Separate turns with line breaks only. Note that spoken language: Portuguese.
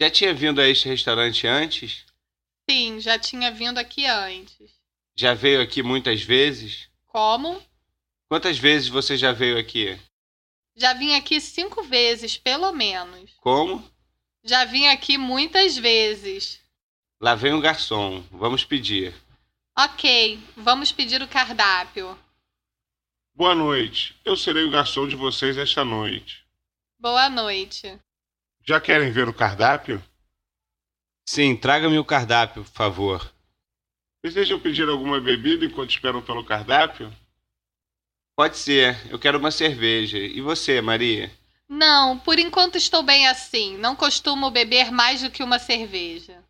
Já tinha vindo a este restaurante antes?
Sim, já tinha vindo aqui antes.
Já veio aqui muitas vezes?
Como?
Quantas vezes você já veio aqui?
Já vim aqui cinco vezes, pelo menos.
Como?
Já vim aqui muitas vezes.
Lá vem um garçom. Vamos pedir.
Ok, vamos pedir o cardápio.
Boa noite. Eu serei o garçom de vocês esta noite.
Boa noite.
Já querem ver o cardápio?
Sim, traga-me o cardápio, por favor.
Desejam pedir alguma bebida enquanto esperam pelo cardápio?
Pode ser. Eu quero uma cerveja. E você, Maria?
Não, por enquanto estou bem assim. Não costumo beber mais do que uma cerveja.